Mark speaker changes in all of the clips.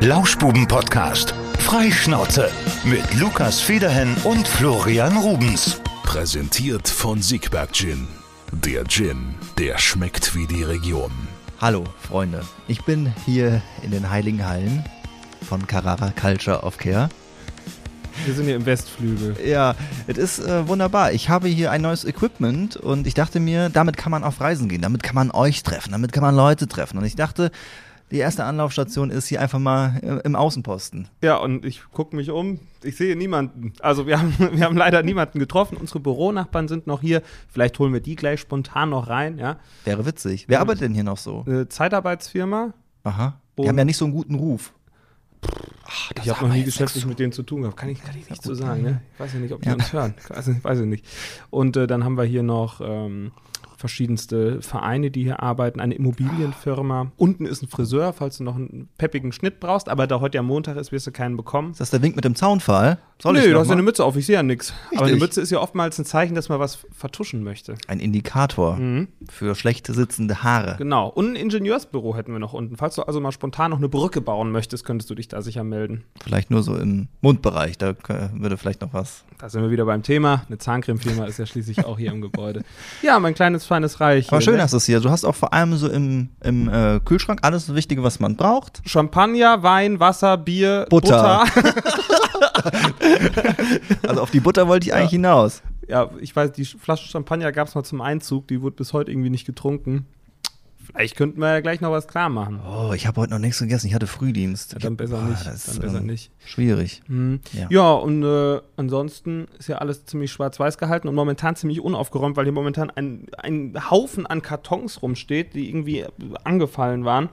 Speaker 1: Lauschbuben-Podcast. Freischnauze. Mit Lukas Federhen und Florian Rubens.
Speaker 2: Präsentiert von Siegberg Gin. Der Gin, der schmeckt wie die Region.
Speaker 3: Hallo, Freunde. Ich bin hier in den Heiligen Hallen von Carrara Culture of Care.
Speaker 4: Wir sind hier im Westflügel.
Speaker 3: Ja, es ist äh, wunderbar. Ich habe hier ein neues Equipment und ich dachte mir, damit kann man auf Reisen gehen, damit kann man euch treffen, damit kann man Leute treffen. Und ich dachte, die erste Anlaufstation ist hier einfach mal äh, im Außenposten.
Speaker 4: Ja, und ich gucke mich um. Ich sehe niemanden. Also wir haben, wir haben leider niemanden getroffen. Unsere Büronachbarn sind noch hier. Vielleicht holen wir die gleich spontan noch rein. Ja?
Speaker 3: Wäre witzig.
Speaker 4: Hm.
Speaker 3: Wer arbeitet denn hier noch so?
Speaker 4: Eine Zeitarbeitsfirma.
Speaker 3: Aha. Die
Speaker 4: Und-
Speaker 3: haben ja nicht so einen guten Ruf.
Speaker 4: ich habe noch nie geschäftlich mit denen zu tun gehabt. Kann ich, kann ich nicht so sagen. Ne? Ich weiß ja nicht, ob die
Speaker 3: Ja.
Speaker 4: uns hören. Weiß ich, weiß ich nicht. Und äh, dann haben wir hier noch ähm, verschiedenste Vereine, die hier arbeiten. Eine Immobilienfirma. Unten ist ein Friseur, falls du noch einen peppigen Schnitt brauchst. Aber da heute ja Montag ist, wirst du keinen bekommen.
Speaker 3: Ist das der Wink mit dem Zaunfall? Soll
Speaker 4: Nö,
Speaker 3: ich
Speaker 4: du
Speaker 3: noch
Speaker 4: hast ja
Speaker 3: mal?
Speaker 4: eine Mütze auf, ich sehe ja nichts. Aber eine
Speaker 3: Richtig.
Speaker 4: Mütze ist ja oftmals ein Zeichen, dass man was vertuschen möchte.
Speaker 3: Ein Indikator für schlecht sitzende Haare.
Speaker 4: Mhm. Genau. Und ein Ingenieursbüro hätten wir noch unten. Falls du also mal spontan noch eine Brücke bauen möchtest, könntest du dich da sicher melden.
Speaker 3: Vielleicht nur so im Mundbereich, da äh, würde vielleicht noch was.
Speaker 4: Da sind wir wieder beim Thema. Eine Zahncremefirma ist ja schließlich auch hier im Gebäude. Ja, mein kleines, feines Reich.
Speaker 3: Aber
Speaker 4: hier,
Speaker 3: schön
Speaker 4: ne?
Speaker 3: hast du es hier. Du hast auch vor allem so im, im äh, Kühlschrank alles Wichtige, was man braucht.
Speaker 4: Champagner, Wein, Wasser, Bier,
Speaker 3: Butter.
Speaker 4: Butter.
Speaker 3: Also auf die Butter wollte ich eigentlich hinaus.
Speaker 4: Ja, ich weiß, die Flasche Champagner gab es mal zum Einzug. Die wurde bis heute irgendwie nicht getrunken. Vielleicht könnten wir ja gleich noch was klar machen.
Speaker 3: Oh, ich habe heute noch nichts gegessen. Ich hatte Frühdienst.
Speaker 4: Ja, dann besser
Speaker 3: Boah,
Speaker 4: nicht.
Speaker 3: das
Speaker 4: Dann
Speaker 3: ist,
Speaker 4: besser
Speaker 3: ähm,
Speaker 4: nicht.
Speaker 3: Schwierig.
Speaker 4: Mhm.
Speaker 3: Ja.
Speaker 4: Ja. und äh, ansonsten ist ja alles ziemlich schwarz-weiß gehalten und momentan ziemlich unaufgeräumt, weil hier momentan ein, ein Haufen an Kartons rumsteht, die irgendwie angefallen waren.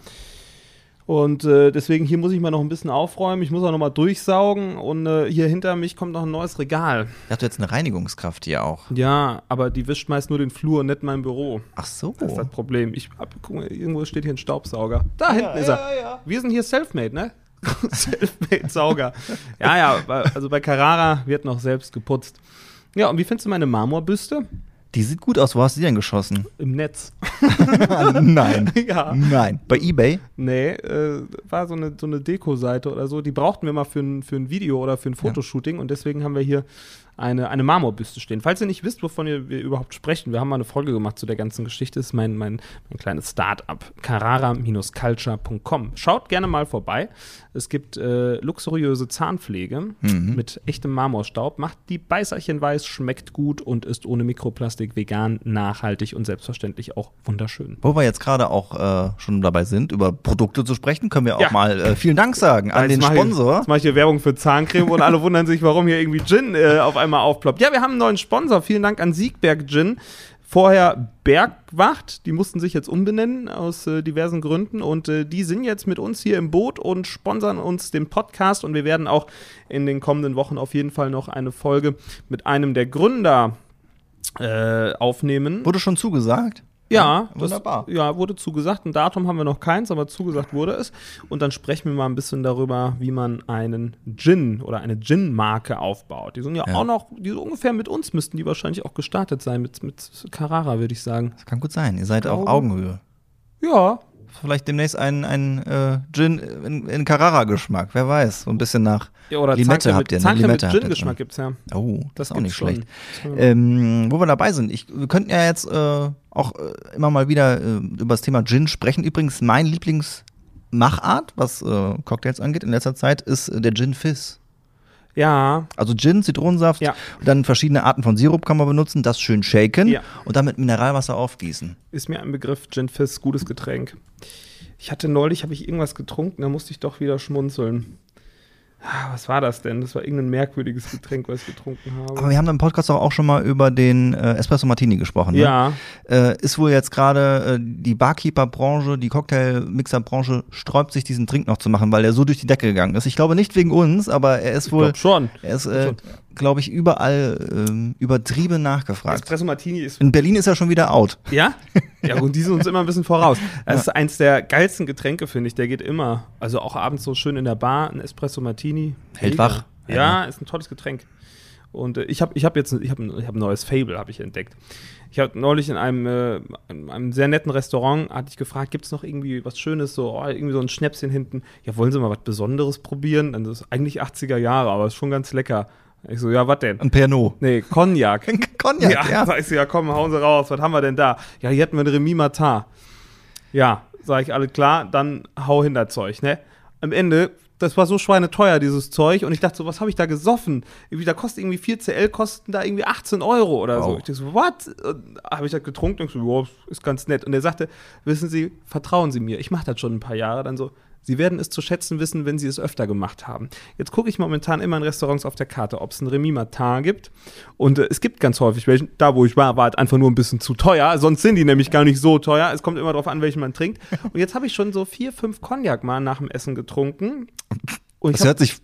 Speaker 4: Und äh, deswegen hier muss ich mal noch ein bisschen aufräumen, ich muss auch noch mal durchsaugen und äh, hier hinter mich kommt noch ein neues Regal.
Speaker 3: Ich hatte jetzt eine Reinigungskraft hier auch.
Speaker 4: Ja, aber die wischt meist nur den Flur, nicht mein Büro.
Speaker 3: Ach so.
Speaker 4: Das ist das Problem. Ich hab, guck mal, irgendwo steht hier ein Staubsauger. Da hinten ist er. Wir sind hier Selfmade, ne? Selfmade-Sauger. ja, ja, bei- also bei Carrara wird noch selbst geputzt. Ja, und wie findest du meine Marmorbüste?
Speaker 3: Die sieht gut aus. Wo hast du die denn geschossen?
Speaker 4: Im Netz.
Speaker 3: Nein.
Speaker 4: ja.
Speaker 3: Nein. Bei Ebay?
Speaker 4: Nee, äh, war so eine, so eine Deko-Seite oder so. Die brauchten wir mal für ein, für ein Video oder für ein Fotoshooting und deswegen haben wir hier eine, eine Marmorbüste stehen. Falls ihr nicht wisst, wovon ihr- wir überhaupt sprechen, wir haben mal eine Folge gemacht zu der ganzen Geschichte, ist mein, mein, mein kleines Start-up, carrara-culture.com. Schaut gerne mal vorbei. Es gibt äh, luxuriöse Zahnpflege mit echtem Marmorstaub, macht die Beißerchen weiß, schmeckt gut und ist ohne Mikroplastik vegan, nachhaltig und selbstverständlich auch wunderschön.
Speaker 3: Wo wir jetzt gerade auch äh, schon dabei sind, über Produkte zu sprechen, können wir auch
Speaker 4: Ja.
Speaker 3: mal äh, vielen Dank sagen an
Speaker 4: Jetzt
Speaker 3: den
Speaker 4: mach ich-
Speaker 3: Sponsor.
Speaker 4: Jetzt mache ich hier Werbung für Zahncreme und alle wundern sich, warum hier irgendwie Gin äh, auf einmal aufploppt. Ja, wir haben einen neuen Sponsor. Vielen Dank an Siegberg Gin. Vorher Bergwacht, die mussten sich jetzt umbenennen aus äh, diversen Gründen und äh, die sind jetzt mit uns hier im Boot und sponsern uns den Podcast und wir werden auch in den kommenden Wochen auf jeden Fall noch eine Folge mit einem der Gründer äh, aufnehmen.
Speaker 3: Wurde schon zugesagt?
Speaker 4: Ja, das,
Speaker 3: wunderbar.
Speaker 4: Ja, wurde zugesagt. Ein Datum haben wir noch keins, aber zugesagt wurde es. Und dann sprechen wir mal ein bisschen darüber, wie man einen Gin oder eine Gin-Marke aufbaut. Die sind ja,
Speaker 3: Ja.
Speaker 4: auch noch, die so ungefähr mit uns müssten die wahrscheinlich auch gestartet sein, mit, mit Carrara, würde ich sagen.
Speaker 3: Das kann gut sein. Ihr seid auf
Speaker 4: Augen-
Speaker 3: Augenhöhe.
Speaker 4: Ja,
Speaker 3: Vielleicht demnächst ein, ein äh, Gin in, in Carrara-Geschmack. Wer weiß. So ein bisschen nach
Speaker 4: ja oder
Speaker 3: Limette
Speaker 4: Zahnke
Speaker 3: habt ihr.
Speaker 4: mit,
Speaker 3: ne?
Speaker 4: Zahnke mit
Speaker 3: Limette habt ihr
Speaker 4: Gin-Geschmack
Speaker 3: drin.
Speaker 4: gibt es ja.
Speaker 3: Oh, das,
Speaker 4: Das
Speaker 3: ist auch nicht
Speaker 4: gibt's schon.
Speaker 3: schlecht.
Speaker 4: Das haben wir-
Speaker 3: Ähm, wo wir dabei sind, ich, wir könnten ja jetzt äh, auch äh, immer mal wieder äh, über das Thema Gin sprechen. Übrigens, mein Lieblingsmachart, was äh, Cocktails angeht in letzter Zeit, ist äh, der Gin Fizz.
Speaker 4: Ja,
Speaker 3: Also Gin, Zitronensaft,
Speaker 4: Ja.
Speaker 3: dann verschiedene Arten von Sirup kann man benutzen, das schön shaken
Speaker 4: Ja.
Speaker 3: und dann mit Mineralwasser aufgießen.
Speaker 4: ist mir ein Begriff. Gin Fizz, gutes Getränk. Ich hatte neulich, habe ich irgendwas getrunken, da musste ich doch wieder schmunzeln. Ah, Was war das denn? Das war irgendein merkwürdiges Getränk, was ich getrunken habe.
Speaker 3: Aber wir haben im Podcast auch, auch schon mal über den äh, Espresso Martini gesprochen. Ne?
Speaker 4: ja.
Speaker 3: Äh, ist wohl jetzt gerade äh, die Barkeeper-Branche, die Cocktail-Mixer-Branche sträubt sich, diesen Drink noch zu machen, weil er so durch die Decke gegangen ist. Ich glaube nicht wegen uns, aber er ist wohl,
Speaker 4: Glaub schon.
Speaker 3: er ist, äh, glaube ich, überall ähm, übertrieben nachgefragt.
Speaker 4: Espresso Martini ist.
Speaker 3: In Berlin ist er schon wieder out.
Speaker 4: Ja? Ja, gut, die sind uns immer ein bisschen voraus. Das ist eins der geilsten Getränke, finde ich. Der geht immer. Also auch abends so schön in der Bar, ein Espresso Martini.
Speaker 3: Hält
Speaker 4: Mega.
Speaker 3: wach.
Speaker 4: Ja, ist ein tolles Getränk. Und äh, ich habe ich hab jetzt ich hab, ein- ich hab ein neues Fable, habe ich entdeckt. Ich habe neulich in einem, äh, in einem sehr netten Restaurant, hatte ich gefragt, gibt es noch irgendwie was Schönes, so oh, irgendwie so ein Schnäpschen hinten. Ja, wollen Sie mal was Besonderes probieren? Dann ist es eigentlich 80er Jahre, aber ist schon ganz lecker. Ich so, ja, was denn?
Speaker 3: Ein Pernod.
Speaker 4: Nee, Cognac.
Speaker 3: Cognac, ja.
Speaker 4: ja. Sag ich so, ja komm, hauen Sie raus, was haben wir denn da? Ja, hier hätten wir eine Remi Matin. Ja, sag ich, alles klar, dann hau hin das Zeug, ne? Am Ende, das war so schweineteuer, dieses Zeug, und ich dachte so, was habe ich da gesoffen? Irgendwie, da kostet irgendwie 4 CL, kosten da irgendwie 18 Euro oder so.
Speaker 3: Wow.
Speaker 4: Ich dachte so, what? Habe ich das getrunken? Und ich so, wow, ist ganz nett. Und er sagte, wissen Sie, vertrauen Sie mir, ich mache das schon ein paar Jahre, dann so, Sie werden es zu schätzen wissen, wenn Sie es öfter gemacht haben. Jetzt gucke ich momentan immer in Restaurants auf der Karte, ob es einen Remi Matin gibt. Und äh, es gibt ganz häufig welchen. Da, wo ich war, war es einfach nur ein bisschen zu teuer. Sonst sind die nämlich gar nicht so teuer. Es kommt immer darauf an, welchen man trinkt. Und jetzt habe ich schon so vier, fünf Cognac mal nach dem Essen getrunken. Und ich
Speaker 3: Das
Speaker 4: hab-
Speaker 3: hört sich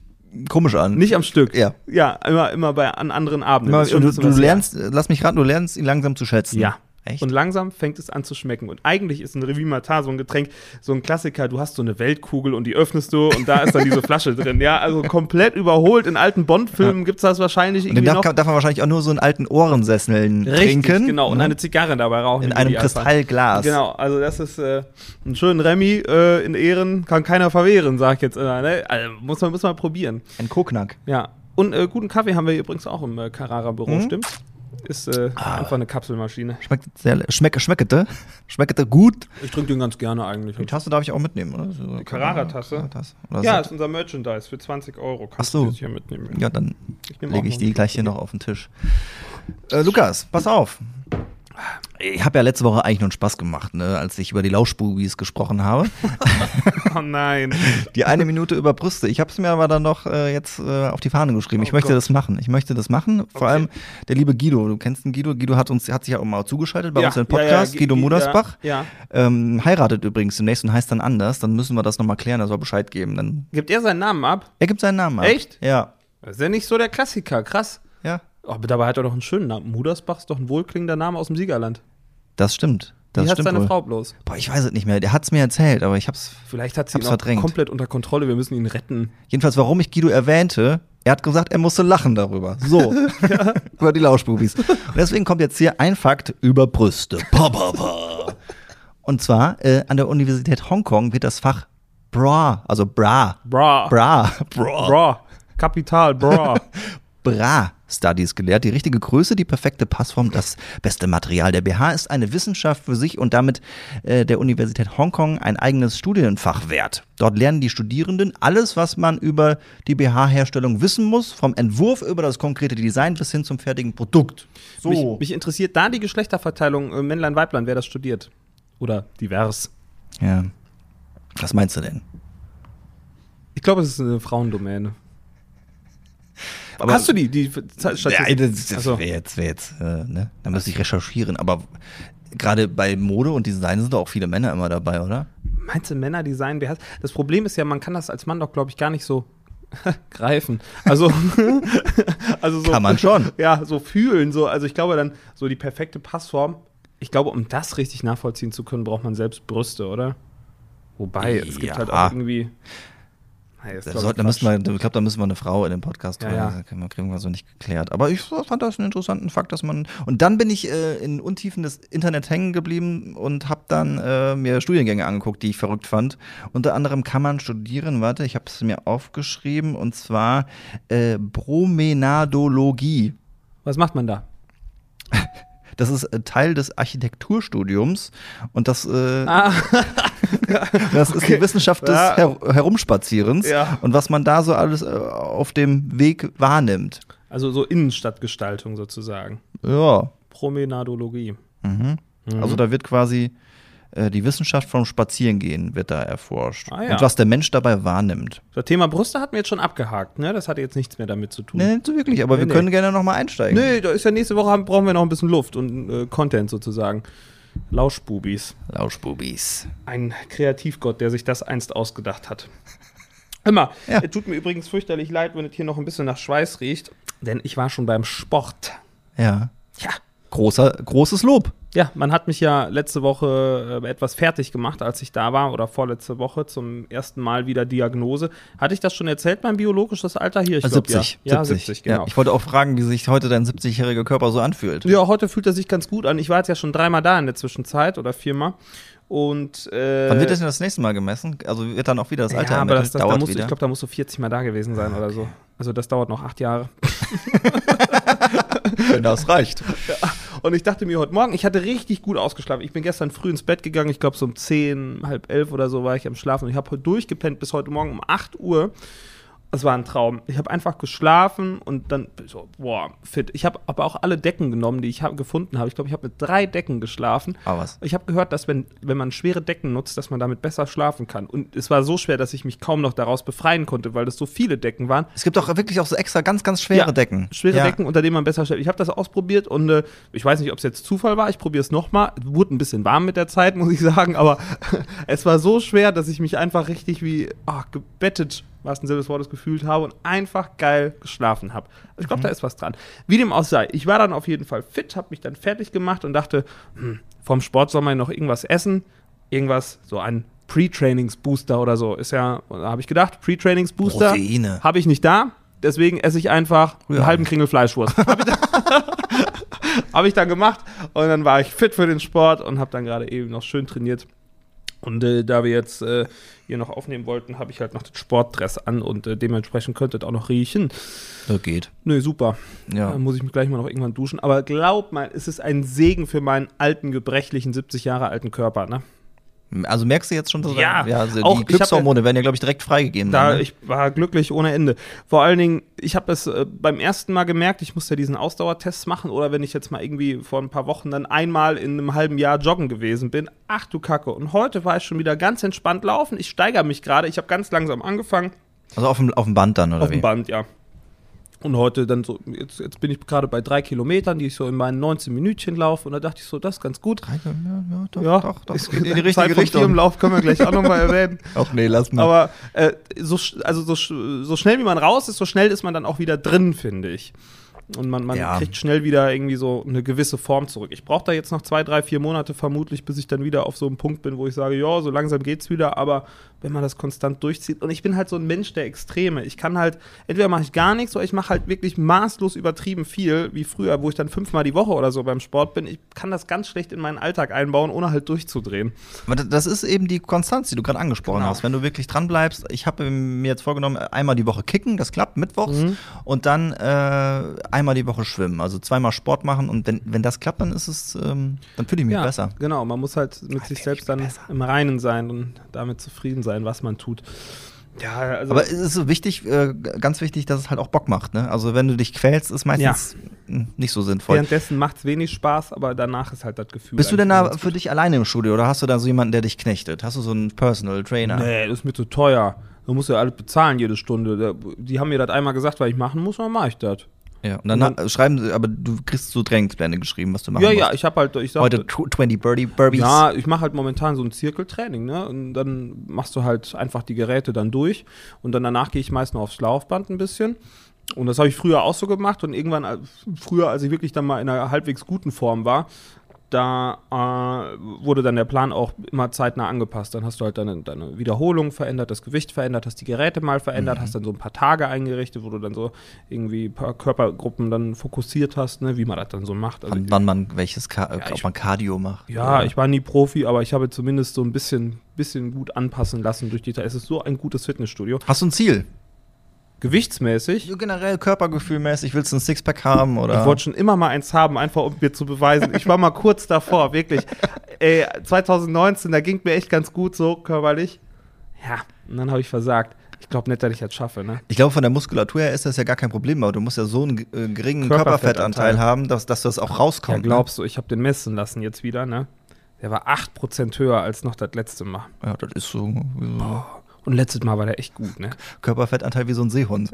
Speaker 3: komisch an.
Speaker 4: nicht am Stück.
Speaker 3: Ja.
Speaker 4: Ja, immer, immer bei an anderen Abenden.
Speaker 3: Immer,
Speaker 4: Ist schon
Speaker 3: du,
Speaker 4: ein bisschen
Speaker 3: du
Speaker 4: was her.
Speaker 3: lernst, äh, lass mich raten, du lernst ihn langsam zu schätzen.
Speaker 4: Ja.
Speaker 3: Echt?
Speaker 4: Und langsam fängt es an zu schmecken. Und eigentlich ist ein Revue Matar so ein Getränk, so ein Klassiker. Du hast so eine Weltkugel und die öffnest du und da ist dann diese Flasche drin. Ja, also komplett überholt. In alten Bond-Filmen gibt's das wahrscheinlich
Speaker 3: und dem
Speaker 4: irgendwie
Speaker 3: darf,
Speaker 4: noch.
Speaker 3: kann- darf man wahrscheinlich auch nur so einen alten Ohrensesseln
Speaker 4: Richtig,
Speaker 3: trinken.
Speaker 4: genau. Und
Speaker 3: ne?
Speaker 4: eine Zigarre dabei rauchen.
Speaker 3: in
Speaker 4: die
Speaker 3: einem
Speaker 4: die einfach-
Speaker 3: Kristallglas.
Speaker 4: Genau, also das ist äh, ein schöner Remy äh, in Ehren, kann keiner verwehren, sag ich jetzt. immer, ne? also, muss man muss man probieren.
Speaker 3: Ein Koknack.
Speaker 4: Ja. Und äh, guten Kaffee haben wir übrigens auch im äh, Carrara-Büro,
Speaker 3: Mhm.
Speaker 4: stimmt? Ist äh,
Speaker 3: Ah.
Speaker 4: einfach eine Kapselmaschine.
Speaker 3: Schmeckt sehr, le- schmeck, schmeckete, schmeckete gut.
Speaker 4: Ich trinke den ganz gerne eigentlich.
Speaker 3: Die Tasse darf ich auch mitnehmen, oder? So, Die
Speaker 4: Carrara-Tasse?
Speaker 3: Oder
Speaker 4: Ja,
Speaker 3: ja,
Speaker 4: ist unser Merchandise für 20 Euro.
Speaker 3: Ach
Speaker 4: Kannst
Speaker 3: so.
Speaker 4: du das hier mitnehmen.
Speaker 3: ja, dann
Speaker 4: Ich nehm auch
Speaker 3: lege ich
Speaker 4: noch.
Speaker 3: die gleich hier noch auf den Tisch. Äh, Lukas, pass auf. Ich habe ja letzte Woche eigentlich nur einen Spaß gemacht, ne, als ich über die Lauschbubis gesprochen habe.
Speaker 4: Oh nein.
Speaker 3: Die eine Minute über Brüste. Ich habe es mir aber dann noch äh, jetzt äh, auf die Fahne geschrieben. ich
Speaker 4: Oh
Speaker 3: möchte
Speaker 4: Gott.
Speaker 3: das machen. Ich möchte das machen. Vor
Speaker 4: Okay.
Speaker 3: allem der liebe Guido. Du kennst den Guido. Guido hat uns hat sich ja auch mal zugeschaltet bei
Speaker 4: Ja,
Speaker 3: uns im
Speaker 4: ja, ja,
Speaker 3: Podcast.
Speaker 4: Gu-
Speaker 3: Guido
Speaker 4: Gu-
Speaker 3: Modersbach.
Speaker 4: ja,
Speaker 3: Ähm, heiratet übrigens demnächst und heißt dann anders. Dann müssen wir das nochmal klären. Er soll Bescheid geben. Dann
Speaker 4: Gibt er seinen Namen ab?
Speaker 3: er gibt seinen Namen ab.
Speaker 4: Echt?
Speaker 3: Ja.
Speaker 4: Das ist ja nicht so der Klassiker, krass. Oh,
Speaker 3: Ja.
Speaker 4: Aber dabei hat er doch einen schönen Namen. Mudersbach ist doch ein wohlklingender Name aus dem Siegerland.
Speaker 3: Das stimmt. Das
Speaker 4: Wie hat
Speaker 3: stimmt
Speaker 4: seine
Speaker 3: wohl.
Speaker 4: Frau bloß?
Speaker 3: Boah, ich weiß es nicht mehr. Der hat es mir erzählt, aber ich hab's.
Speaker 4: Vielleicht hat sie
Speaker 3: Hab's
Speaker 4: ihn auch
Speaker 3: verdrängt.
Speaker 4: komplett unter Kontrolle. Wir müssen ihn retten.
Speaker 3: Jedenfalls, warum ich Guido erwähnte, er hat gesagt, er musste lachen darüber. So. über die Lauschbubis. Und deswegen kommt jetzt hier ein Fakt über Brüste. Pa, pa, pa. Und zwar, äh, an der Universität Hongkong wird das Fach Bra, also Bra,
Speaker 4: Bra.
Speaker 3: Bra, Bra,
Speaker 4: Bra. Kapital, bra.
Speaker 3: Bra Studies gelehrt. Die richtige Größe, die perfekte Passform, das beste Material. Der BH ist eine Wissenschaft für sich und damit äh, der Universität Hongkong ein eigenes Studienfach wert. Dort lernen die Studierenden alles, was man über die BH-Herstellung wissen muss, vom Entwurf über das konkrete Design bis hin zum fertigen Produkt.
Speaker 4: mich, mich interessiert da die Geschlechterverteilung äh, Männlein, Weiblein, wer das studiert. Oder divers.
Speaker 3: Ja. Was meinst du denn?
Speaker 4: Ich glaube, es ist eine Frauendomäne.
Speaker 3: Aber-
Speaker 4: Hast du die, die Statistik?
Speaker 3: Ja, das, das
Speaker 4: Achso.
Speaker 3: wäre jetzt, wär jetzt äh, ne? Da müsste ich recherchieren, aber gerade bei Mode und Design sind doch auch viele Männer immer dabei, oder?
Speaker 4: Meinst du, Männer designen BHs? Das Problem ist ja, man kann das als Mann doch, glaube ich, gar nicht so greifen. Also, also so,
Speaker 3: Kann man schon.
Speaker 4: Ja, so fühlen. So. Also ich glaube dann, so die perfekte Passform. Ich glaube, um das richtig nachvollziehen zu können, braucht man selbst Brüste, oder? Wobei, es gibt
Speaker 3: Ja.
Speaker 4: halt auch irgendwie. Naja, ist,
Speaker 3: Da
Speaker 4: glaub ich,
Speaker 3: sollten- da
Speaker 4: Quatsch.
Speaker 3: müssen wir, ich glaube, da müssen wir eine Frau in den Podcast
Speaker 4: Ja,
Speaker 3: holen.
Speaker 4: ja.
Speaker 3: Das können wir- kriegen wir so nicht geklärt. Aber ich fand das einen interessanten Fakt, dass man. Und dann bin ich äh, in Untiefen des Internet hängen geblieben und habe dann äh, mir Studiengänge angeguckt, die ich verrückt fand. Unter anderem kann man studieren, warte, ich habe es mir aufgeschrieben, und zwar äh, Bromenadologie.
Speaker 4: Was macht man da?
Speaker 3: Das ist äh, Teil des Architekturstudiums und das, äh,
Speaker 4: Ah.
Speaker 3: das ist die Wissenschaft des
Speaker 4: Ja.
Speaker 3: Her Herumspazierens
Speaker 4: Ja.
Speaker 3: und was man da so alles äh, auf dem Weg wahrnimmt.
Speaker 4: Also so Innenstadtgestaltung sozusagen.
Speaker 3: Ja,
Speaker 4: Promenadologie. Mhm.
Speaker 3: also da wird quasi äh, die Wissenschaft vom Spazierengehen wird da erforscht
Speaker 4: Ah, ja.
Speaker 3: und was der Mensch dabei wahrnimmt.
Speaker 4: Das Thema Brüste hatten wir jetzt schon abgehakt, ne? Das hat jetzt nichts mehr damit zu tun.
Speaker 3: Nee, nicht so wirklich, aber
Speaker 4: Nee,
Speaker 3: wir
Speaker 4: nee.
Speaker 3: können gerne nochmal einsteigen.
Speaker 4: Nee, da ist ja nächste Woche haben, brauchen wir noch ein bisschen Luft und äh, Content sozusagen. Lauschbubis.
Speaker 3: Lauschbubis.
Speaker 4: Ein Kreativgott, der sich das einst ausgedacht hat. Immer.
Speaker 3: Ja.
Speaker 4: Es tut mir übrigens fürchterlich leid, wenn es hier noch ein bisschen nach Schweiß riecht, denn ich war schon beim Sport.
Speaker 3: Ja.
Speaker 4: Ja.
Speaker 3: Großer, großes Lob.
Speaker 4: Ja, man hat mich ja letzte Woche äh, etwas fertig gemacht, als ich da war oder vorletzte Woche zum ersten Mal wieder Diagnose. Hatte ich das schon erzählt, mein biologisches Alter hier? Ich glaub,
Speaker 3: 70.
Speaker 4: ja. Äh, ja, 70, genau.
Speaker 3: ich wollte auch fragen, wie sich heute dein 70-jähriger Körper so anfühlt.
Speaker 4: Ja, heute fühlt er sich ganz gut an. Ich war jetzt ja schon dreimal da in der Zwischenzeit oder viermal. Und äh,
Speaker 3: Wann wird das denn das nächste Mal gemessen? Also wird dann auch wieder das Alter
Speaker 4: ja, aber das,
Speaker 3: ermittelt?
Speaker 4: das, da
Speaker 3: Dauert
Speaker 4: musst, du-
Speaker 3: wieder.
Speaker 4: ich glaube, da musst du 40 Mal da gewesen sein oder so. Also das dauert noch acht Jahre.
Speaker 3: Wenn das reicht.
Speaker 4: Und ich dachte mir heute Morgen, ich hatte richtig gut ausgeschlafen. Ich bin gestern früh ins Bett gegangen. Ich glaube, so um 10, halb elf oder so war ich am Schlafen. Und ich habe durchgepennt bis heute Morgen um 8 Uhr. Es war ein Traum. Ich habe einfach geschlafen und dann so, boah, fit. Ich habe aber auch alle Decken genommen, die ich hab, gefunden habe. Ich glaube, ich habe mit drei Decken geschlafen.
Speaker 3: Aber Ah, was?
Speaker 4: Ich habe gehört, dass wenn, wenn man schwere Decken nutzt, dass man damit besser schlafen kann. Und es war so schwer, dass ich mich kaum noch daraus befreien konnte, weil das so viele Decken waren.
Speaker 3: Es gibt auch wirklich auch so extra ganz, ganz schwere
Speaker 4: Ja,
Speaker 3: Decken.
Speaker 4: Schwere
Speaker 3: Ja.
Speaker 4: Decken, unter denen man besser schläft. Ich habe das ausprobiert und äh, ich weiß nicht, ob es jetzt Zufall war. Ich probiere es nochmal. Wurde ein bisschen warm mit der Zeit, muss ich sagen. Aber es war so schwer, dass ich mich einfach richtig wie ah, gebettet, im wahrsten Sinne des Wortes, gefühlt habe und einfach geil geschlafen habe. Ich glaube, da ist was dran. Wie dem auch sei, ich war dann auf jeden Fall fit, habe mich dann fertig gemacht und dachte, hm, vom Sport soll man noch irgendwas essen. Irgendwas, so ein Pre-Trainings-Booster oder so. Ist ja, habe ich gedacht, Pre-Trainings-Booster.
Speaker 3: Proteine.
Speaker 4: Habe ich nicht da, deswegen esse ich einfach einen
Speaker 3: Ja.
Speaker 4: halben Kringel Fleischwurst. Habe ich, dann- hab ich dann gemacht und dann war ich fit für den Sport und habe dann gerade eben noch schön trainiert. Und äh, da wir jetzt äh, hier noch aufnehmen wollten, habe ich halt noch den Sportdress an und äh, dementsprechend könntet auch noch riechen.
Speaker 3: Das geht.
Speaker 4: Nö, super.
Speaker 3: Ja.
Speaker 4: Dann muss ich mich gleich mal noch irgendwann duschen. Aber glaub mal, es ist ein Segen für meinen alten, gebrechlichen, 70 Jahre alten Körper. Ne?
Speaker 3: Also merkst du jetzt schon, dass
Speaker 4: Ja,
Speaker 3: also
Speaker 4: auch ich
Speaker 3: die
Speaker 4: hab-
Speaker 3: Glückshormone werden ja, glaube ich, direkt freigegeben.
Speaker 4: Da,
Speaker 3: dann, ne?
Speaker 4: ich war glücklich ohne Ende. Vor allen Dingen, ich habe es äh, beim ersten Mal gemerkt, ich musste ja diesen Ausdauertest machen oder wenn ich jetzt mal irgendwie vor ein paar Wochen dann einmal in einem halben Jahr joggen gewesen bin. Ach du Kacke. Und heute war ich schon wieder ganz entspannt laufen. Ich steigere mich gerade. Ich habe ganz langsam angefangen.
Speaker 3: also auf dem, auf dem Band dann, oder
Speaker 4: Auf
Speaker 3: wie?
Speaker 4: dem Band, ja. Und heute dann so, jetzt, jetzt bin ich gerade bei drei Kilometern, die ich so in meinen 19 Minütchen laufe. Und da dachte ich so, das ist ganz gut.
Speaker 3: Ja, ja, doch,
Speaker 4: Ja,
Speaker 3: doch, doch.
Speaker 4: ist-
Speaker 3: In die richtige
Speaker 4: Zeit von dir im
Speaker 3: Richtung.
Speaker 4: Lauf können wir gleich auch nochmal erwähnen.
Speaker 3: Ach nee, lass mal.
Speaker 4: Aber äh, so, sch- also so, sch- so schnell wie man raus ist, so schnell ist man dann auch wieder drin, finde ich. Und man, man
Speaker 3: Ja.
Speaker 4: kriegt schnell wieder irgendwie so eine gewisse Form zurück. Ich brauche da jetzt noch zwei, drei, vier Monate vermutlich, bis ich dann wieder auf so einem Punkt bin, wo ich sage, ja, so langsam geht's wieder, aber wenn man das konstant durchzieht. Und ich bin halt so ein Mensch der Extreme. Ich kann halt, entweder mache ich gar nichts oder ich mache halt wirklich maßlos übertrieben viel, wie früher, wo ich dann fünfmal die Woche oder so beim Sport bin. Ich kann das ganz schlecht in meinen Alltag einbauen, ohne halt durchzudrehen.
Speaker 3: Aber das- das ist eben die Konstanz, die du gerade angesprochen
Speaker 4: Genau.
Speaker 3: hast. Wenn du wirklich dran bleibst, ich habe mir jetzt vorgenommen, einmal die Woche kicken, das klappt, mittwochs,
Speaker 4: Mhm.
Speaker 3: und dann äh, einmal die Woche schwimmen, also zweimal Sport machen. Und wenn, wenn das klappt, dann ist es, ähm, dann fühle ich mich besser.
Speaker 4: Genau, man muss halt mit sich selbst dann im Reinen sein und damit zufrieden sein, was man tut. Ja, also
Speaker 3: Aber es ist so wichtig, äh, ganz wichtig, dass es halt auch Bock macht. Ne? Also wenn du dich quälst, ist meistens mh, nicht so sinnvoll.
Speaker 4: währenddessen macht es wenig Spaß, aber danach ist halt das Gefühl.
Speaker 3: Bist du denn
Speaker 4: eigentlich
Speaker 3: da für dich alleine im Studio oder hast du da so jemanden, der dich knechtet? Hast du so einen Personal Trainer?
Speaker 4: ganz gut. Nee, das ist mir zu teuer. Du musst ja alles bezahlen jede Stunde. Da- Die haben mir das einmal gesagt, was ich machen muss, dann mache ich das.
Speaker 3: Ja, und dann
Speaker 4: Und
Speaker 3: ha- schreiben sie, aber du kriegst so Trainingspläne geschrieben, was du machen
Speaker 4: Ja,
Speaker 3: musst.
Speaker 4: ja, ich habe halt, ich sag,
Speaker 3: Heute tw- 20 Birdie Burbies.
Speaker 4: Ja, ich mache halt momentan so ein Zirkeltraining, ne? Und dann machst du halt einfach die Geräte dann durch und dann danach gehe ich meist noch aufs Laufband ein bisschen. Und das habe ich früher auch so gemacht und irgendwann, äh, früher, als ich wirklich dann mal in einer halbwegs guten Form war, da äh, wurde dann der Plan auch immer zeitnah angepasst. Dann hast du halt deine, deine Wiederholung verändert, das Gewicht verändert, hast die Geräte mal verändert, hast dann so ein paar Tage eingerichtet, wo du dann so irgendwie ein paar Körpergruppen dann fokussiert hast, ne, wie man das dann so macht. Also
Speaker 3: Wann, wann man welches, Ka
Speaker 4: Ja, ich-
Speaker 3: ob man Cardio macht.
Speaker 4: ja, ich war nie Profi, aber ich habe zumindest so ein bisschen, bisschen gut anpassen lassen durch die Zeit. Es ist so ein gutes Fitnessstudio.
Speaker 3: Hast du ein Ziel?
Speaker 4: Gewichtsmäßig.
Speaker 3: Generell körpergefühlmäßig, willst du ein Sixpack haben oder?
Speaker 4: Ich wollte schon immer mal eins haben, einfach um mir zu beweisen. Ich war mal kurz davor, wirklich. Ey, 2019, da ging mir echt ganz gut so körperlich. Ja, und dann habe ich versagt. Ich glaube nicht, dass ich das schaffe, ne?
Speaker 3: ich glaube, von der Muskulatur her ist das ja gar kein Problem, aber du musst ja so einen äh, geringen
Speaker 4: Körperfettanteil.
Speaker 3: Körperfettanteil haben, dass, dass das auch rauskommt. ne?
Speaker 4: Ja, glaubst du, ich habe den messen lassen jetzt wieder, ne? Der war 8% höher als noch das letzte Mal.
Speaker 3: ne? Ja, das ist so, wie so
Speaker 4: Und letztes Mal war der echt gut, ne?
Speaker 3: Körperfettanteil wie so ein Seehund.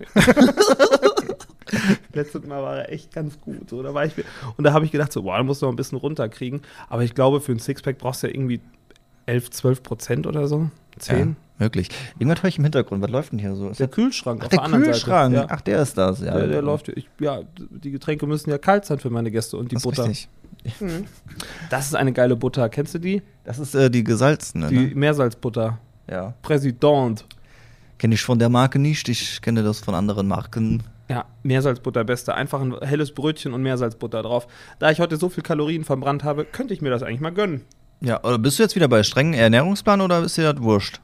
Speaker 4: Letztes Mal war er echt ganz gut. So, da war ich, und da habe ich gedacht, so, boah, da musst du noch ein bisschen runterkriegen. Aber ich glaube, für ein Sixpack brauchst du ja irgendwie 11, 12 Prozent oder so. 10?
Speaker 3: Ja, möglich. Irgendwas höre ich im Hintergrund. Was läuft denn hier so? Ist
Speaker 4: Der
Speaker 3: das-
Speaker 4: Kühlschrank
Speaker 3: Ach, der Kühlschrank. Ah,
Speaker 4: Seite. Ja.
Speaker 3: Ach, der ist das, ja.
Speaker 4: der, der läuft. ja- Ich, ja, die Getränke müssen ja kalt sein für meine Gäste und die
Speaker 3: das ist
Speaker 4: Butter.
Speaker 3: richtig.
Speaker 4: Das ist eine geile Butter. Kennst du die?
Speaker 3: Das ist äh, die gesalzene,
Speaker 4: Die
Speaker 3: ne?
Speaker 4: Meersalzbutter.
Speaker 3: Ja.
Speaker 4: Präsident.
Speaker 3: Kenne ich von der Marke nicht, ich kenne das von anderen Marken.
Speaker 4: Ja, Meersalzbutter beste. Einfach ein helles Brötchen und Meersalzbutter drauf. Da ich heute so viel Kalorien verbrannt habe, könnte ich mir das eigentlich mal gönnen.
Speaker 3: Ja, oder bist du jetzt wieder bei strengen Ernährungsplan oder ist dir das wurscht?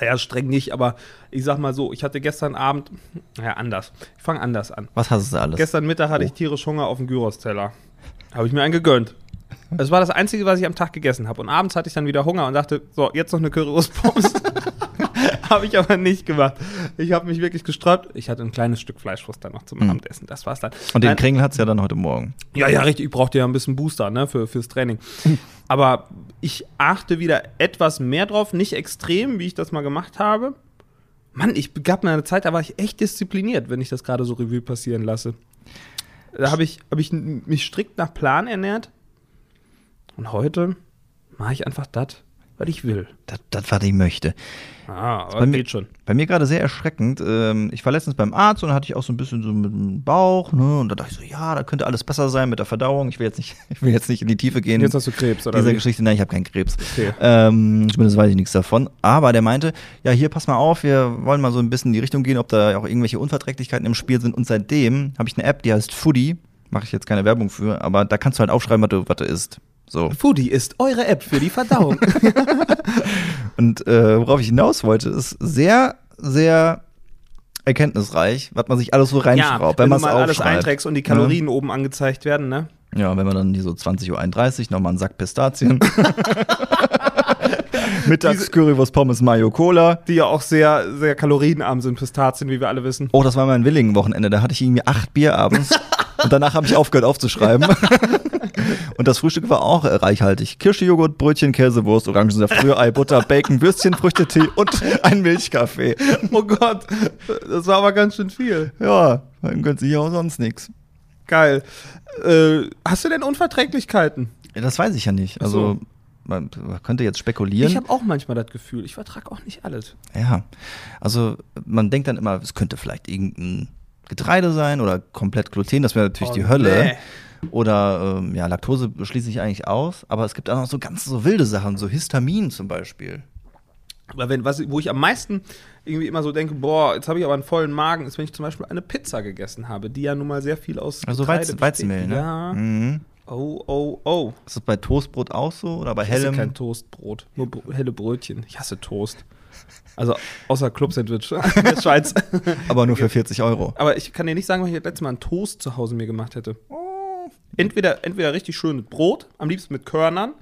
Speaker 4: Naja, streng nicht, aber ich sag mal so, ich hatte gestern Abend, naja, anders. Ich fange anders an.
Speaker 3: Was hast du da alles?
Speaker 4: Gestern Mittag hatte ich tierisch Hunger auf dem Gyros-Teller. Habe ich mir einen gegönnt. Das war das Einzige, was ich am Tag gegessen habe. Und abends hatte ich dann wieder Hunger und dachte, so, jetzt noch eine Currywurst-Pommes. habe ich aber nicht gemacht. Ich habe mich wirklich gesträubt. Ich hatte ein kleines Stück Fleischwurst dann noch zum Abendessen. Das war's dann.
Speaker 3: Mhm. Und den
Speaker 4: Nein,
Speaker 3: Kringel hat's ja dann heute Morgen.
Speaker 4: ja, ja, richtig. Ich brauchte ja ein bisschen Booster ne, für, fürs Training. Aber ich achte wieder etwas mehr drauf. Nicht extrem, wie ich das mal gemacht habe. Mann, ich gab mir eine Zeit, da war ich echt diszipliniert, wenn ich das gerade so Revue passieren lasse. Da habe ich, hab ich n- mich strikt nach Plan ernährt. Und heute mache ich einfach das, was ich will.
Speaker 3: Das, das was ich möchte.
Speaker 4: Ah,
Speaker 3: bei
Speaker 4: aber
Speaker 3: mir-
Speaker 4: geht schon.
Speaker 3: Bei mir gerade sehr erschreckend. Ähm, ich war letztens beim Arzt und da hatte ich auch so ein bisschen so mit dem Bauch, ne? Und da dachte ich so, ja, da könnte alles besser sein mit der Verdauung. Ich will jetzt nicht, ich will jetzt nicht in die Tiefe gehen.
Speaker 4: Jetzt hast du Krebs, oder?
Speaker 3: dieser
Speaker 4: wie?
Speaker 3: Geschichte. Nein, ich habe keinen Krebs.
Speaker 4: Okay.
Speaker 3: Ähm, zumindest weiß ich nichts davon. Aber der meinte, ja, hier pass mal auf, wir wollen mal so ein bisschen in die Richtung gehen, ob da auch irgendwelche Unverträglichkeiten im Spiel sind. Und seitdem habe ich eine App, die heißt Foodie. Mache ich jetzt keine Werbung für, aber da kannst du halt aufschreiben, was du, was du isst. So.
Speaker 4: Foodie ist eure App für die Verdauung.
Speaker 3: Und äh, worauf ich hinaus wollte, ist sehr, sehr erkenntnisreich, was man sich alles so reinschraubt, wenn,
Speaker 4: wenn du
Speaker 3: man es
Speaker 4: mal alles
Speaker 3: aufschreibt. ne?
Speaker 4: einträgst und die Kalorien oben angezeigt werden, ne?
Speaker 3: Ja, wenn man dann hier so 20.31 Uhr nochmal einen Sack Pistazien. Mittags Currywurst, Pommes, Mayo, Cola.
Speaker 4: die ja auch sehr, sehr kalorienarm sind, Pistazien, wie wir alle wissen.
Speaker 3: Oh, das war mein Willingen-Wochenende. Da hatte ich irgendwie acht Bier abends. Und danach habe ich aufgehört aufzuschreiben. Und das Frühstück war auch äh, reichhaltig. Kirschjoghurt, Brötchen, Käsewurst, Orangensaft, Rührei, Butter, Bacon, Würstchen, Früchtetee und ein Milchkaffee.
Speaker 4: Oh Gott, das war aber ganz schön viel.
Speaker 3: Ja, dann gönnt sich auch sonst nichts.
Speaker 4: Geil. Äh, hast du denn Unverträglichkeiten?
Speaker 3: Ja, das weiß ich ja nicht. Also,
Speaker 4: so.
Speaker 3: man könnte jetzt spekulieren.
Speaker 4: Ich habe auch manchmal das Gefühl, ich vertrage auch nicht alles.
Speaker 3: Ja, also man denkt dann immer, es könnte vielleicht irgendein Getreide sein oder komplett Gluten, das wäre natürlich
Speaker 4: Oh,
Speaker 3: die Hölle.
Speaker 4: nee.
Speaker 3: Oder ähm, ja, Laktose schließe ich eigentlich aus, aber es gibt auch noch so ganz so wilde Sachen, so Histamin zum Beispiel.
Speaker 4: Aber wenn, was, wo ich am meisten irgendwie immer so denke, boah, jetzt habe ich aber einen vollen Magen, ist, wenn ich zum Beispiel eine Pizza gegessen habe, die ja nun mal sehr viel aus
Speaker 3: Also
Speaker 4: Getreide
Speaker 3: Weizen,
Speaker 4: besteht.
Speaker 3: Weizenmehl, ne?
Speaker 4: Ja.
Speaker 3: Mhm.
Speaker 4: Oh, oh, oh.
Speaker 3: Ist das bei Toastbrot auch so oder bei
Speaker 4: Ich esse kein
Speaker 3: hellem?
Speaker 4: Toastbrot, nur br- helle Brötchen. Ich hasse Toast. Also außer Club-Sandwich in der Schweiz.
Speaker 3: Aber nur für 40 Euro.
Speaker 4: Aber ich kann dir nicht sagen, was ich das letzte Mal einen Toast zu Hause mir gemacht hätte.
Speaker 3: Oh.
Speaker 4: Entweder, entweder richtig schön mit Brot, am liebsten mit Körnern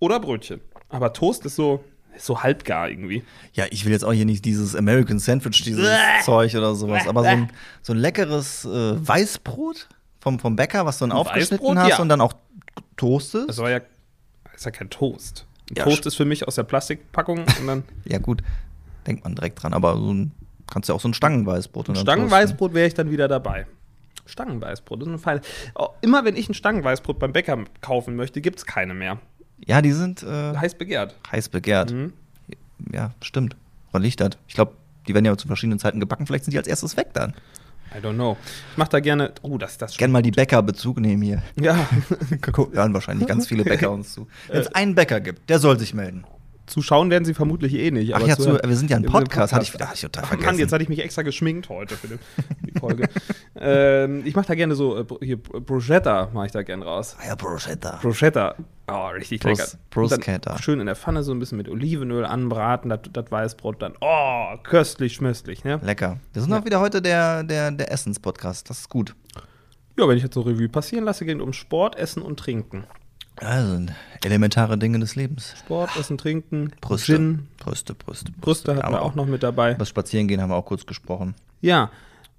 Speaker 4: oder Brötchen. Aber Toast ist so, ist so halbgar irgendwie.
Speaker 3: Ja, ich will jetzt auch hier nicht dieses American Sandwich, dieses Zeug oder sowas, aber so ein, so ein leckeres äh, Weißbrot vom, vom Bäcker, was du dann aufgeschnitten
Speaker 4: Weißbrot,
Speaker 3: hast
Speaker 4: ja.
Speaker 3: und dann auch toastest.
Speaker 4: Das war ja, ist ja kein Toast. Ein
Speaker 3: Ja,
Speaker 4: Toast
Speaker 3: st-
Speaker 4: ist für mich aus der Plastikpackung und dann
Speaker 3: Ja, gut, denkt man direkt dran, aber so ein, kannst ja auch so ein Stangenweißbrot und ne?
Speaker 4: Stangenweißbrot wäre ich dann wieder dabei. Stangenweißbrot, das ist eine Feile. Oh, Immer wenn ich ein Stangenweißbrot beim Bäcker kaufen möchte, gibt es keine mehr.
Speaker 3: Ja, die sind äh,
Speaker 4: Heiß begehrt.
Speaker 3: heiß begehrt.
Speaker 4: Mhm.
Speaker 3: Ja, stimmt. Woran liegt das? Ich glaube, die werden ja zu verschiedenen Zeiten gebacken, vielleicht sind die als erstes weg dann.
Speaker 4: I don't know. Ich mache da gerne. Oh, das, das
Speaker 3: Gern mal die Bäcker Bezug nehmen hier.
Speaker 4: Ja,
Speaker 3: Hören wahrscheinlich ganz viele Bäcker uns zu. Wenn es einen Bäcker gibt, der soll sich melden.
Speaker 4: zuschauen werden sie vermutlich eh nicht.
Speaker 3: Ach
Speaker 4: aber
Speaker 3: ja,
Speaker 4: zuhören-
Speaker 3: zu, wir sind ja ein
Speaker 4: wir sind ein
Speaker 3: Podcast, hatte ich,
Speaker 4: Podcast.
Speaker 3: hatte ich total
Speaker 4: Ach
Speaker 3: vergessen.
Speaker 4: Mann, jetzt hatte ich mich extra geschminkt heute für den, die Folge. ähm, ich mache da gerne so, äh, Bro- hier, Bro- Bruschetta mache ich da gerne raus.
Speaker 3: Ah ja, Bruschetta.
Speaker 4: Bruschetta, oh, richtig
Speaker 3: Brus-
Speaker 4: lecker.
Speaker 3: Bruschetta.
Speaker 4: Dann Schön in der Pfanne so ein bisschen mit Olivenöl anbraten, das Weißbrot dann, oh, köstlich, schmöstlich, ne?
Speaker 3: Lecker. Wir sind auch wieder heute der, der, der Essens-Podcast. Das ist gut.
Speaker 4: Ja, wenn ich jetzt so Revue passieren lasse, geht es um Sport, Essen und Trinken.
Speaker 3: Also, elementare Dinge des Lebens.
Speaker 4: Sport, Essen, Trinken,
Speaker 3: Brüste.
Speaker 4: Gin,
Speaker 3: Brüste, Brüste,
Speaker 4: Brüste hatten
Speaker 3: Aber
Speaker 4: wir auch noch mit dabei.
Speaker 3: Das Spazierengehen haben wir auch kurz gesprochen.
Speaker 4: Ja,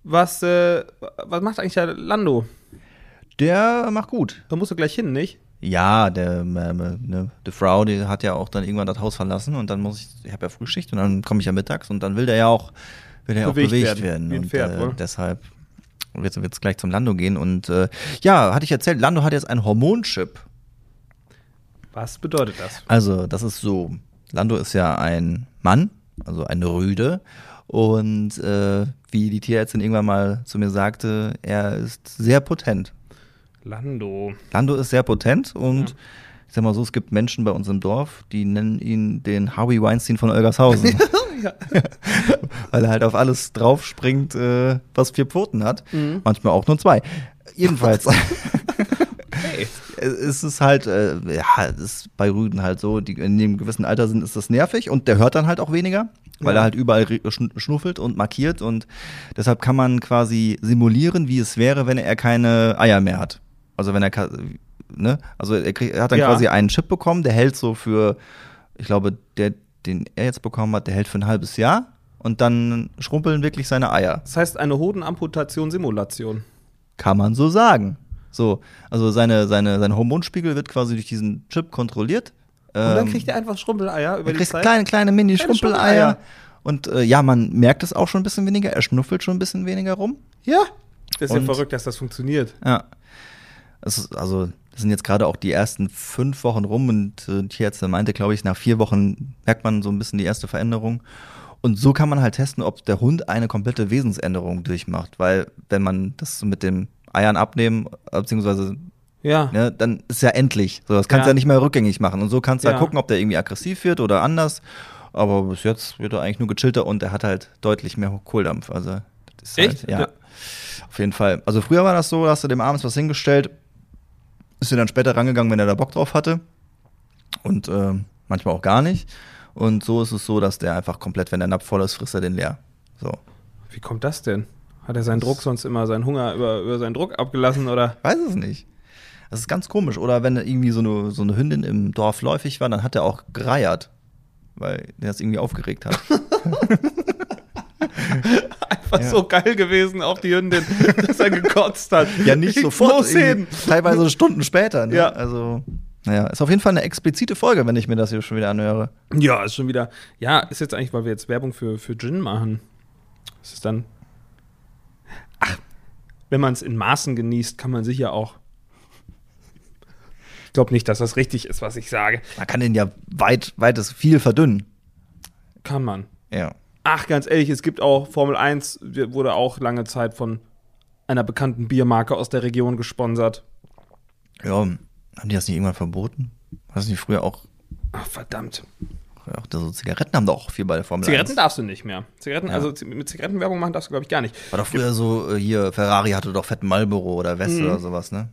Speaker 4: was, äh, was macht eigentlich der Lando?
Speaker 3: Der macht gut.
Speaker 4: Da musst du gleich hin, nicht?
Speaker 3: Ja, der, ähm, ne, die Frau, die hat ja auch dann irgendwann das Haus verlassen und dann muss ich, ich habe ja Frühschicht und dann komme ich ja mittags und dann will der ja auch, will der ja auch
Speaker 4: Bewegt
Speaker 3: bewegt
Speaker 4: werden,
Speaker 3: werden.
Speaker 4: wie ein
Speaker 3: und
Speaker 4: Pferd,
Speaker 3: äh,
Speaker 4: oder?
Speaker 3: deshalb wird es gleich zum Lando gehen und äh, ja, hatte ich erzählt, Lando hat jetzt einen Hormonchip.
Speaker 4: Was bedeutet das?
Speaker 3: Also, das ist so. Lando ist ja ein Mann, also eine Rüde. Und äh, wie die Tierärztin irgendwann mal zu mir sagte, er ist sehr potent.
Speaker 4: Lando.
Speaker 3: Lando ist sehr potent und ich sag mal so, es gibt Menschen bei uns im Dorf, die nennen ihn den Harvey Weinstein von Olgershausen. Weil er halt auf alles draufspringt, äh, was vier Pfoten hat. Manchmal auch nur zwei. Jedenfalls. es ist halt, äh, ja, es ist bei Rüden halt so, die in einem gewissen Alter sind, ist das nervig und der hört dann halt auch weniger, weil
Speaker 4: Ja.
Speaker 3: er halt überall re- schn schnuffelt und markiert und deshalb kann man quasi simulieren, wie es wäre, wenn er keine Eier mehr hat. Also wenn er, ka- ne, also er, krieg, er hat dann
Speaker 4: Ja.
Speaker 3: quasi einen Chip bekommen, der hält so für, ich glaube, der, den er jetzt bekommen hat, der hält für ein halbes Jahr und dann schrumpeln wirklich seine Eier.
Speaker 4: Das heißt eine Hodenamputation-Simulation.
Speaker 3: Kann man so sagen. So, also seine, seine, sein Hormonspiegel wird quasi durch diesen Chip kontrolliert. Ähm,
Speaker 4: Und dann kriegt er einfach Schrumpeleier über
Speaker 3: er
Speaker 4: die
Speaker 3: kriegt
Speaker 4: Zeit.
Speaker 3: kleine, kleine Mini-Schrumpeleier.
Speaker 4: Schrumpeleier.
Speaker 3: Und äh, ja, man merkt es auch schon ein bisschen weniger. Er schnuffelt schon ein bisschen weniger rum.
Speaker 4: Ja. Das ist
Speaker 3: Und-
Speaker 4: ja verrückt, dass das funktioniert.
Speaker 3: Ja. Es ist, also, das sind jetzt gerade auch die ersten fünf Wochen rum und äh, die Tierärztin meinte, glaube ich, nach vier Wochen merkt man so ein bisschen die erste Veränderung. Und so kann man halt testen, ob der Hund eine komplette Wesensänderung durchmacht. Weil, wenn man das so mit den Eiern abnehmen, äh, beziehungsweise
Speaker 4: Ja.
Speaker 3: ne, dann ist ja endlich. So, das kannst du ja.
Speaker 4: Ja.
Speaker 3: nicht mehr rückgängig machen. Und so kannst du ja.
Speaker 4: Ja.
Speaker 3: gucken, ob der irgendwie aggressiv wird oder anders. Aber bis jetzt wird er eigentlich nur gechillter und er hat halt deutlich mehr Kohldampf. Also, das ist
Speaker 4: Echt?
Speaker 3: Halt, ja, auf jeden Fall. Also früher war das so, da hast du dem abends was hingestellt, ist dir dann später rangegangen, wenn er da Bock drauf hatte. Und äh, manchmal auch gar nicht. Und so ist es so, dass der einfach komplett, wenn der Napf voll ist, frisst er den leer. So.
Speaker 4: Wie kommt das denn? Hat er seinen Druck sonst immer, seinen Hunger über, über seinen Druck abgelassen oder?
Speaker 3: Weiß es nicht. Das ist ganz komisch. Oder wenn irgendwie so eine, so eine Hündin im Dorf läufig war, dann hat er auch gereiert. Weil der das irgendwie aufgeregt hat.
Speaker 4: War so geil gewesen auf die Hündin, dass er gekotzt hat.
Speaker 3: ja, nicht
Speaker 4: Ich
Speaker 3: sofort.
Speaker 4: Muss hin.
Speaker 3: irgendwie Teilweise Stunden später. Ne?
Speaker 4: Ja.
Speaker 3: Also, naja, ist auf jeden Fall eine explizite Folge, wenn ich mir das hier schon wieder anhöre.
Speaker 4: Ja, ist schon wieder. Ja, ist jetzt eigentlich, weil wir jetzt Werbung für, für Gin machen. Ist es dann. Ach, wenn man es in Maßen genießt, kann man sicher auch. Ich glaube nicht, dass das richtig ist, was ich sage.
Speaker 3: Man kann den ja weit, weites viel verdünnen.
Speaker 4: Kann man.
Speaker 3: Ja.
Speaker 4: Ach, ganz ehrlich, es gibt auch Formel 1, wir- wurde auch lange Zeit von einer bekannten Biermarke aus der Region gesponsert.
Speaker 3: Ja, haben die das nicht irgendwann verboten? War das nicht früher auch,
Speaker 4: Ach, verdammt.
Speaker 3: früher auch so Zigaretten haben da auch viel bei der Formel
Speaker 4: Zigaretten
Speaker 3: 1.
Speaker 4: darfst du nicht mehr. Zigaretten,
Speaker 3: Ja.
Speaker 4: also zi- mit Zigarettenwerbung machen darfst du, glaube ich, gar nicht.
Speaker 3: War doch früher so, äh, hier, Ferrari hatte doch fetten Marlboro oder Weste oder sowas, ne?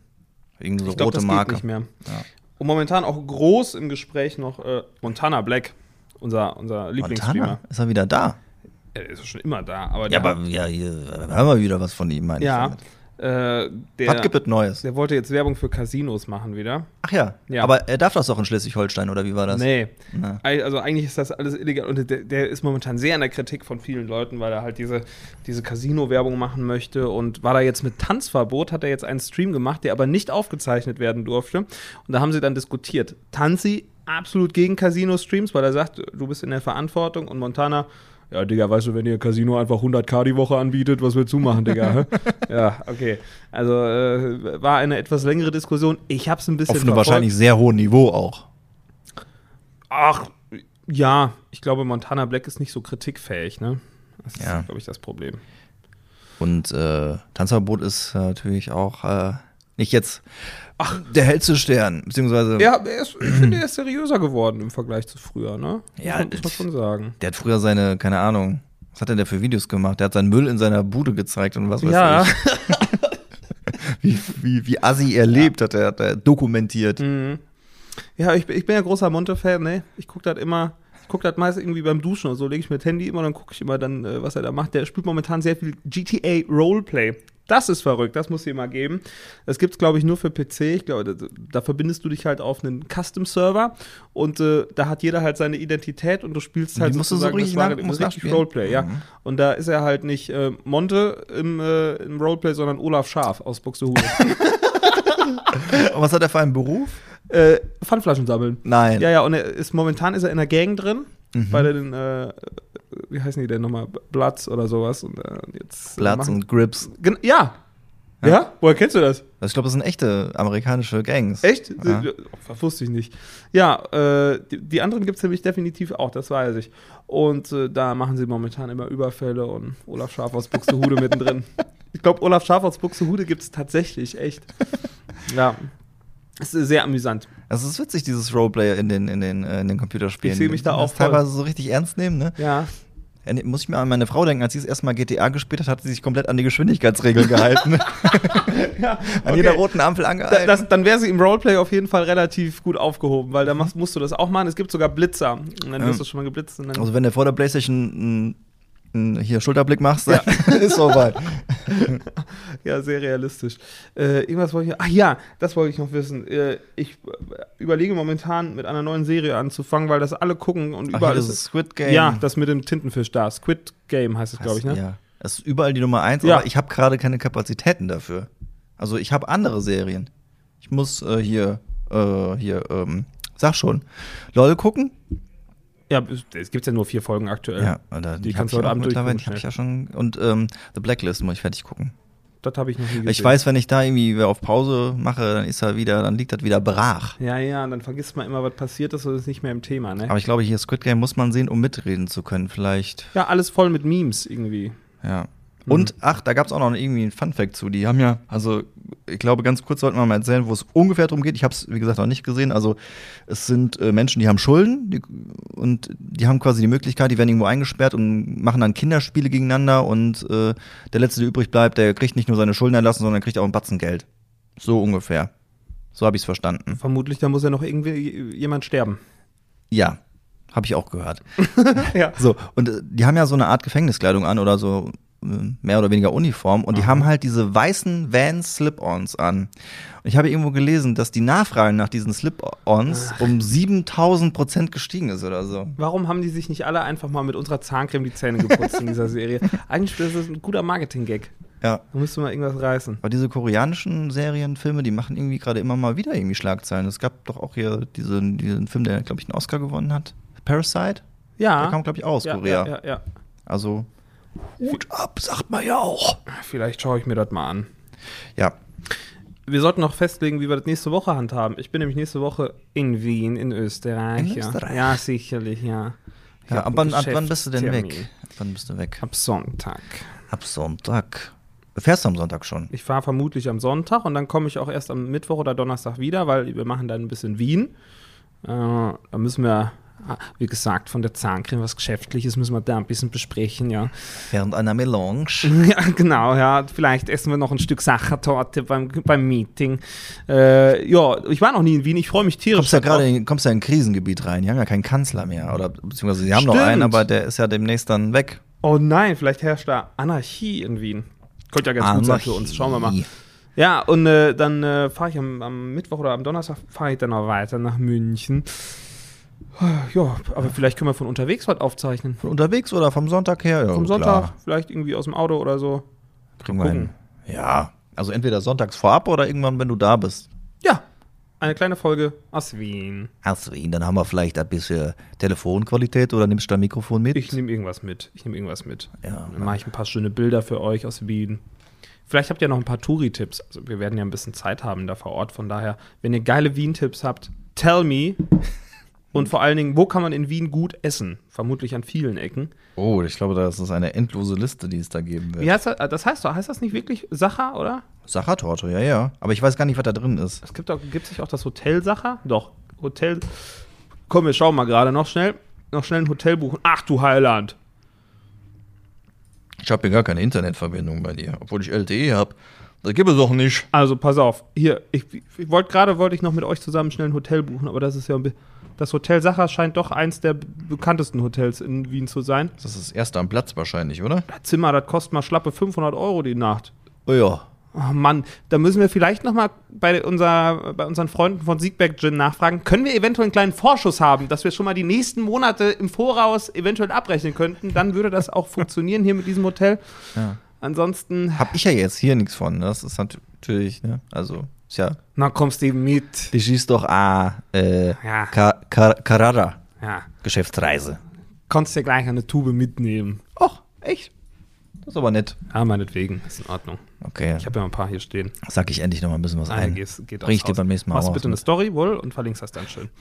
Speaker 3: Irgendeine so
Speaker 4: Mhm. Ich glaube,
Speaker 3: rote
Speaker 4: das
Speaker 3: Marke.
Speaker 4: geht nicht mehr.
Speaker 3: Ja.
Speaker 4: Und momentan auch groß im Gespräch noch äh, Montana Black, unser, unser
Speaker 3: Montana
Speaker 4: Lieblingsstreamer.
Speaker 3: ist er wieder da.
Speaker 4: Er ist schon immer da, aber
Speaker 3: Ja,
Speaker 4: der,
Speaker 3: aber ja, hier, da haben wir wieder was von ihm, meine
Speaker 4: Genau. ja,
Speaker 3: ich. damit.
Speaker 4: äh,
Speaker 3: Was gibt
Speaker 4: der,
Speaker 3: es Neues?
Speaker 4: der wollte jetzt Werbung für Casinos machen wieder.
Speaker 3: Ach ja.
Speaker 4: Ja.
Speaker 3: aber er darf das doch in Schleswig-Holstein, oder wie war das?
Speaker 4: Nee.
Speaker 3: Na.
Speaker 4: Ei- Also eigentlich ist das alles illegal und der, der ist momentan sehr in der Kritik von vielen Leuten, weil er halt diese, diese Casino-Werbung machen möchte und war da jetzt mit Tanzverbot, hat er jetzt einen Stream gemacht, der aber nicht aufgezeichnet werden durfte und da haben sie dann diskutiert. Tanzi absolut gegen Casino-Streams, weil er sagt, du bist in der Verantwortung und Montana ja, Digga, weißt du, wenn ihr Casino einfach 100k die Woche anbietet, was willst du machen, Digga? hä? ja, okay. Also äh, war eine etwas längere Diskussion. Ich hab's ein bisschen
Speaker 3: Auf einem
Speaker 4: verfolgt.
Speaker 3: wahrscheinlich sehr hohen Niveau auch.
Speaker 4: Ach, ja, ich glaube, Montana Black ist nicht so kritikfähig, ne? Das
Speaker 3: Ja.
Speaker 4: ist, glaube ich, das Problem.
Speaker 3: Und äh, Tanzverbot ist äh, natürlich auch äh, nicht jetzt ach, der hellste Stern, beziehungsweise
Speaker 4: Ja, er ist, ich finde, er ist seriöser geworden im Vergleich zu früher, ne?
Speaker 3: Ja,
Speaker 4: muss man, muss man schon sagen.
Speaker 3: der hat früher seine, keine Ahnung, was hat er denn für Videos gemacht? Der hat seinen Müll in seiner Bude gezeigt und was weiß
Speaker 4: Ja.
Speaker 3: ich. Wie, wie, wie assi er lebt, hat, er, hat er dokumentiert.
Speaker 4: Hm. Mhm. Ja, ich, bin- ich bin ja großer Monte-Fan, ne? Ich gucke das immer, ich gucke das meist irgendwie beim Duschen oder so, lege ich mir das Handy immer, dann gucke ich immer dann, äh, was er da macht. Der spielt momentan sehr viel GTA Roleplay. Das ist verrückt, das muss dir mal geben. Das gibt's, glaube ich, nur für PC. Ich glaube, da, da verbindest du dich halt auf einen Custom-Server und äh, da hat jeder halt seine Identität und du spielst
Speaker 3: Die
Speaker 4: halt
Speaker 3: musst du so
Speaker 4: sozusagen
Speaker 3: richtig
Speaker 4: das
Speaker 3: nach-
Speaker 4: wahre-
Speaker 3: musst
Speaker 4: richtig
Speaker 3: nachspielen. Mhm.
Speaker 4: Roleplay, ja. Und da ist er halt nicht äh, Monte im, äh, im Roleplay, sondern Olaf Scharf aus Buxtehude.
Speaker 3: Und was hat er für einen Beruf?
Speaker 4: äh, Pfandflaschen sammeln.
Speaker 3: Nein.
Speaker 4: Ja, ja, und er ist, momentan ist er in der Gang drin, bei den, äh, wie heißen die denn nochmal? Blatz oder sowas. Und, äh, jetzt, äh,
Speaker 3: Platz
Speaker 4: machen-
Speaker 3: und Grips.
Speaker 4: Gen ja. ja. Woher kennst du das?
Speaker 3: Also Ich glaube, das sind echte amerikanische Gangs.
Speaker 4: Echt?
Speaker 3: Ja.
Speaker 4: Das wusste ich nicht. Ja, äh, die, die anderen gibt es nämlich definitiv auch, das weiß ich. Und äh, da machen sie momentan immer Überfälle und Olaf Schaf aus Buxtehude mittendrin. Ich glaube, Olaf Schaf aus Buxtehude gibt es tatsächlich, echt. Ja. Es ist sehr amüsant.
Speaker 3: Also es ist witzig, dieses Roleplay in den, in den, äh, in den Computerspielen.
Speaker 4: Ich fühl mich da
Speaker 3: Die
Speaker 4: auch
Speaker 3: das
Speaker 4: voll.
Speaker 3: teilweise so richtig ernst nehmen, ne?
Speaker 4: Ja.
Speaker 3: Ja, nee, Muss ich mir an meine Frau denken, als sie das erste Mal GTA gespielt hat, hat sie sich komplett an die Geschwindigkeitsregeln gehalten. ne? An jeder roten Ampel
Speaker 4: Da,
Speaker 3: angehalten.
Speaker 4: das, dann wäre sie im Roleplay auf jeden Fall relativ gut aufgehoben, weil da machst, musst du das auch machen. Es gibt sogar Blitzer. Und dann wirst du schon mal geblitzt. Und dann
Speaker 3: also wenn du vor der Playstation einen, einen hier Schulterblick machst, dann ist soweit.
Speaker 4: Ja, sehr realistisch. Äh, irgendwas wollte ich. Ach ja, das wollte ich noch wissen. Äh, ich äh, überlege momentan mit einer neuen Serie anzufangen, weil das alle gucken und
Speaker 3: Ach,
Speaker 4: überall
Speaker 3: hier, das
Speaker 4: ist
Speaker 3: ist
Speaker 4: es.
Speaker 3: Squid Game.
Speaker 4: Ja, das mit dem Tintenfisch da. Squid Game heißt es, glaube ich, ne?
Speaker 3: Ja. Das ist überall die Nummer eins,
Speaker 4: Ja.
Speaker 3: aber ich habe gerade keine Kapazitäten dafür. Also ich habe andere Serien. Ich muss äh, hier, äh, hier, ähm, sag schon, LOL gucken.
Speaker 4: Ja, es- es gibt ja nur vier Folgen aktuell.
Speaker 3: Ja, oder
Speaker 4: die
Speaker 3: hab
Speaker 4: kannst
Speaker 3: ich
Speaker 4: du heute
Speaker 3: auch
Speaker 4: Abend
Speaker 3: mittlerweile-
Speaker 4: durchgucken,
Speaker 3: die hab ich ja schon. Und ähm, The Blacklist muss ich fertig gucken.
Speaker 4: Das habe ich noch nie gesehen.
Speaker 3: Ich weiß, wenn ich da irgendwie auf Pause mache, dann ist er wieder, dann liegt das wieder brach.
Speaker 4: Ja, ja, dann vergisst man immer, was passiert ist und ist nicht mehr im Thema, ne?
Speaker 3: Aber ich glaube, hier Squid Game muss man sehen, um mitreden zu können, vielleicht.
Speaker 4: ja, alles voll mit Memes irgendwie.
Speaker 3: Ja. Und ach, da gab es auch noch irgendwie einen Funfact zu. Die haben ja, also ich glaube, ganz kurz sollten wir mal erzählen, wo es ungefähr drum geht. Ich habe es, wie gesagt, noch nicht gesehen. Also es sind äh, Menschen, die haben Schulden die, und die haben quasi die Möglichkeit, die werden irgendwo eingesperrt und machen dann Kinderspiele gegeneinander und äh, der Letzte, der übrig bleibt, der kriegt nicht nur seine Schulden erlassen, sondern kriegt auch ein Batzen Geld. So ungefähr. So habe ich es verstanden.
Speaker 4: Vermutlich, da muss ja noch irgendwie j- jemand sterben.
Speaker 3: Ja, habe ich auch gehört.
Speaker 4: ja.
Speaker 3: So, und äh, die haben ja so eine Art Gefängniskleidung an oder so äh, mehr oder weniger Uniform und die haben halt diese weißen Vans Slip-Ons an. Und ich habe irgendwo gelesen, dass die Nachfrage nach diesen
Speaker 4: Ah.
Speaker 3: Slip-Ons um 7000 Prozent gestiegen ist oder so.
Speaker 4: Warum haben die sich nicht alle einfach mal mit unserer Zahncreme die Zähne geputzt in dieser Serie? Eigentlich ist das ein guter Marketing-Gag.
Speaker 3: Ja.
Speaker 4: Da müsste mal irgendwas reißen.
Speaker 3: Aber diese koreanischen Serien, Filme, die machen irgendwie gerade immer mal wieder irgendwie Schlagzeilen. Es gab doch auch hier diesen, diesen Film, der, glaube ich, einen Oscar gewonnen hat. Parasite?
Speaker 4: Ja.
Speaker 3: Der kam, glaube ich, auch aus
Speaker 4: Ah. ja,
Speaker 3: Korea.
Speaker 4: Ja, ja, ja.
Speaker 3: Also, Hut ab, sagt man ja auch.
Speaker 4: Vielleicht schaue ich mir das mal an.
Speaker 3: Ja,
Speaker 4: Wir sollten noch festlegen, wie wir das nächste Woche handhaben. Ich bin nämlich nächste Woche in Wien, in Österreich.
Speaker 3: In Österreich.
Speaker 4: Ja. ja, sicherlich, ja. Ich
Speaker 3: Ja,
Speaker 4: hab
Speaker 3: ab wann,
Speaker 4: einen
Speaker 3: ab wann bist du denn
Speaker 4: Geschäftstermin.
Speaker 3: weg? Ab wann bist du weg?
Speaker 4: Ab Sonntag.
Speaker 3: Ab Sonntag. Fährst du am Sonntag schon?
Speaker 4: Ich fahre vermutlich am Sonntag und dann komme ich auch erst am Mittwoch oder Donnerstag wieder, weil wir machen dann ein bisschen Wien. Äh, da müssen wir, ah, wie gesagt, von der Zahncreme was Geschäftliches müssen wir da ein bisschen besprechen, ja.
Speaker 3: Während einer Melange.
Speaker 4: Ja, genau, ja. Vielleicht essen wir noch ein Stück Sachertorte beim, beim Meeting. Äh, ja, ich war noch nie in Wien, ich freue mich tierisch.
Speaker 3: Kommst ja gerade in, kommst ja in ein Krisengebiet rein. Die haben ja keinen Kanzler mehr. Oder beziehungsweise sie haben noch
Speaker 4: Stimmt.
Speaker 3: einen, aber der ist ja demnächst dann weg.
Speaker 4: Oh nein, vielleicht herrscht da Anarchie in Wien. Könnte ja ganz gut
Speaker 3: Also
Speaker 4: sein für uns, schauen wir mal. Ja, und äh, dann äh, fahre ich am, am Mittwoch oder am Donnerstag fahre ich dann noch weiter nach München. Ja, aber vielleicht können wir von unterwegs was aufzeichnen.
Speaker 3: Von unterwegs oder vom Sonntag her? Ja,
Speaker 4: Vom Sonntag,
Speaker 3: Oh, klar.
Speaker 4: vielleicht irgendwie aus dem Auto oder so.
Speaker 3: Kriegen wir hin. Ja. Also entweder sonntags vorab oder irgendwann, wenn du da bist.
Speaker 4: Ja, eine kleine Folge aus Wien.
Speaker 3: Hast du ihn, dann haben wir vielleicht ein bisschen Telefonqualität oder nimmst du dein Mikrofon mit?
Speaker 4: Ich nehme irgendwas mit. Ich nehme irgendwas mit.
Speaker 3: Ja.
Speaker 4: dann mache ich ein paar schöne Bilder für euch aus Wien. Vielleicht habt ihr noch ein paar Touri-Tipps. Also wir werden ja ein bisschen Zeit haben da vor Ort. Von daher, wenn ihr geile Wien-Tipps habt, tell me. Und vor allen Dingen, wo kann man in Wien gut essen? Vermutlich an vielen Ecken.
Speaker 3: oh, ich glaube, das ist eine endlose Liste, die es da geben wird.
Speaker 4: Wie heißt das? Ah, Das heißt doch, heißt das nicht wirklich Sacher, oder?
Speaker 3: Sachertorte, ja, ja. Aber ich weiß gar nicht, was da drin ist.
Speaker 4: Es gibt auch, gibt sich auch das Hotel Sacher? Doch, Hotel. Komm, wir schauen mal gerade noch schnell. Noch schnell ein Hotel buchen. Ach du Heiland.
Speaker 3: Ich habe hier gar keine Internetverbindung bei dir, obwohl ich LTE habe. Das gibt es doch nicht.
Speaker 4: Also pass auf, hier, ich, ich wollte gerade wollte ich noch mit euch zusammen schnell ein Hotel buchen, aber das ist ja ein bi- das Hotel Sacher scheint doch eins der b- bekanntesten Hotels in Wien zu sein.
Speaker 3: Das ist das erste am Platz wahrscheinlich, oder?
Speaker 4: Das Zimmer, das kostet mal schlappe 500 Euro die Nacht.
Speaker 3: Oh ja.
Speaker 4: Oh Mann, da müssen wir vielleicht noch mal bei, unser, bei unseren Freunden von Siegberg Gin nachfragen. Können wir eventuell einen kleinen Vorschuss haben, dass wir schon mal die nächsten Monate im Voraus eventuell abrechnen könnten? Dann würde das auch funktionieren hier mit diesem Hotel.
Speaker 3: Ja.
Speaker 4: Ansonsten,
Speaker 3: Hab ich ja jetzt hier nichts von. ne? Das ist natürlich, ne? Also, ist ja.
Speaker 4: na kommst du mit.
Speaker 3: Die schießt doch A. Äh,
Speaker 4: Ja.
Speaker 3: Ka- Ka- Carrara.
Speaker 4: Ja,
Speaker 3: Geschäftsreise.
Speaker 4: kannst dir gleich eine Tube mitnehmen.
Speaker 3: Och, echt? Das ist aber nett.
Speaker 4: Ah, meinetwegen, ist in Ordnung.
Speaker 3: Okay.
Speaker 4: Ich habe ja ein paar hier stehen.
Speaker 3: Sag ich endlich noch mal ein bisschen was ein.
Speaker 4: geht, geht
Speaker 3: Bring ich
Speaker 4: aufs
Speaker 3: dir
Speaker 4: Haus.
Speaker 3: beim nächsten Mal ne?
Speaker 4: Machst
Speaker 3: auch
Speaker 4: bitte
Speaker 3: was
Speaker 4: eine
Speaker 3: mit.
Speaker 4: Story wohl und verlinkst das dann schön.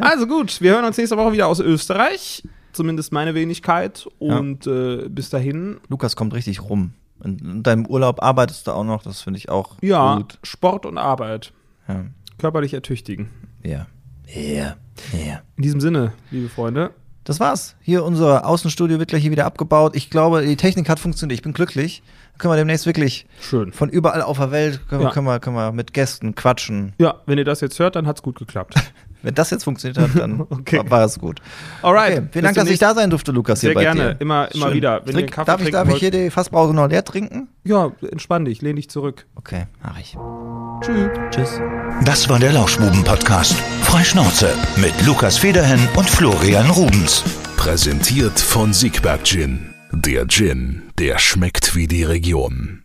Speaker 4: Also gut, wir hören uns nächste Woche wieder aus Österreich. Zumindest meine Wenigkeit. Und äh, bis dahin,
Speaker 3: Lukas kommt richtig rum. In, in deinem Urlaub arbeitest du auch noch, das finde ich auch
Speaker 4: Ja,
Speaker 3: gut.
Speaker 4: Sport und Arbeit.
Speaker 3: Ja.
Speaker 4: Körperlich ertüchtigen.
Speaker 3: Ja. Ja. Ja.
Speaker 4: In diesem Sinne, liebe Freunde,
Speaker 3: Das war's. Hier unser Außenstudio wird gleich hier wieder abgebaut. Ich glaube, die Technik hat funktioniert. Ich bin glücklich. Können wir demnächst wirklich
Speaker 4: schön.
Speaker 3: von überall auf der Welt können, wir-
Speaker 4: Ja.
Speaker 3: können, wir, können wir mit Gästen quatschen.
Speaker 4: Ja, wenn ihr das jetzt hört, dann hat's gut geklappt.
Speaker 3: Wenn das jetzt funktioniert hat, dann
Speaker 4: Okay.
Speaker 3: war- war es gut.
Speaker 4: Alright.
Speaker 3: Okay.
Speaker 4: bis
Speaker 3: Vielen Dank, dass ich
Speaker 4: demnächst.
Speaker 3: da sein durfte, Lukas.
Speaker 4: Sehr
Speaker 3: hier bei
Speaker 4: gerne.
Speaker 3: Dir.
Speaker 4: Immer, immer
Speaker 3: Schön.
Speaker 4: wieder. Wenn ihr
Speaker 3: Trink,
Speaker 4: Kaffee
Speaker 3: darf ich,
Speaker 4: trinken
Speaker 3: darf ich
Speaker 4: wollt,
Speaker 3: hier die Fassbrause noch leer trinken?
Speaker 4: Ja, entspann dich, lehn dich zurück.
Speaker 3: Okay, mach ich.
Speaker 4: Tschüss.
Speaker 3: Tschüss.
Speaker 1: Das war der Lauschbuben-Podcast. Freischnauze mit Lukas Federhen und Florian Rubens.
Speaker 2: Präsentiert von Sigberg Gin. Der Gin, der schmeckt wie die Region.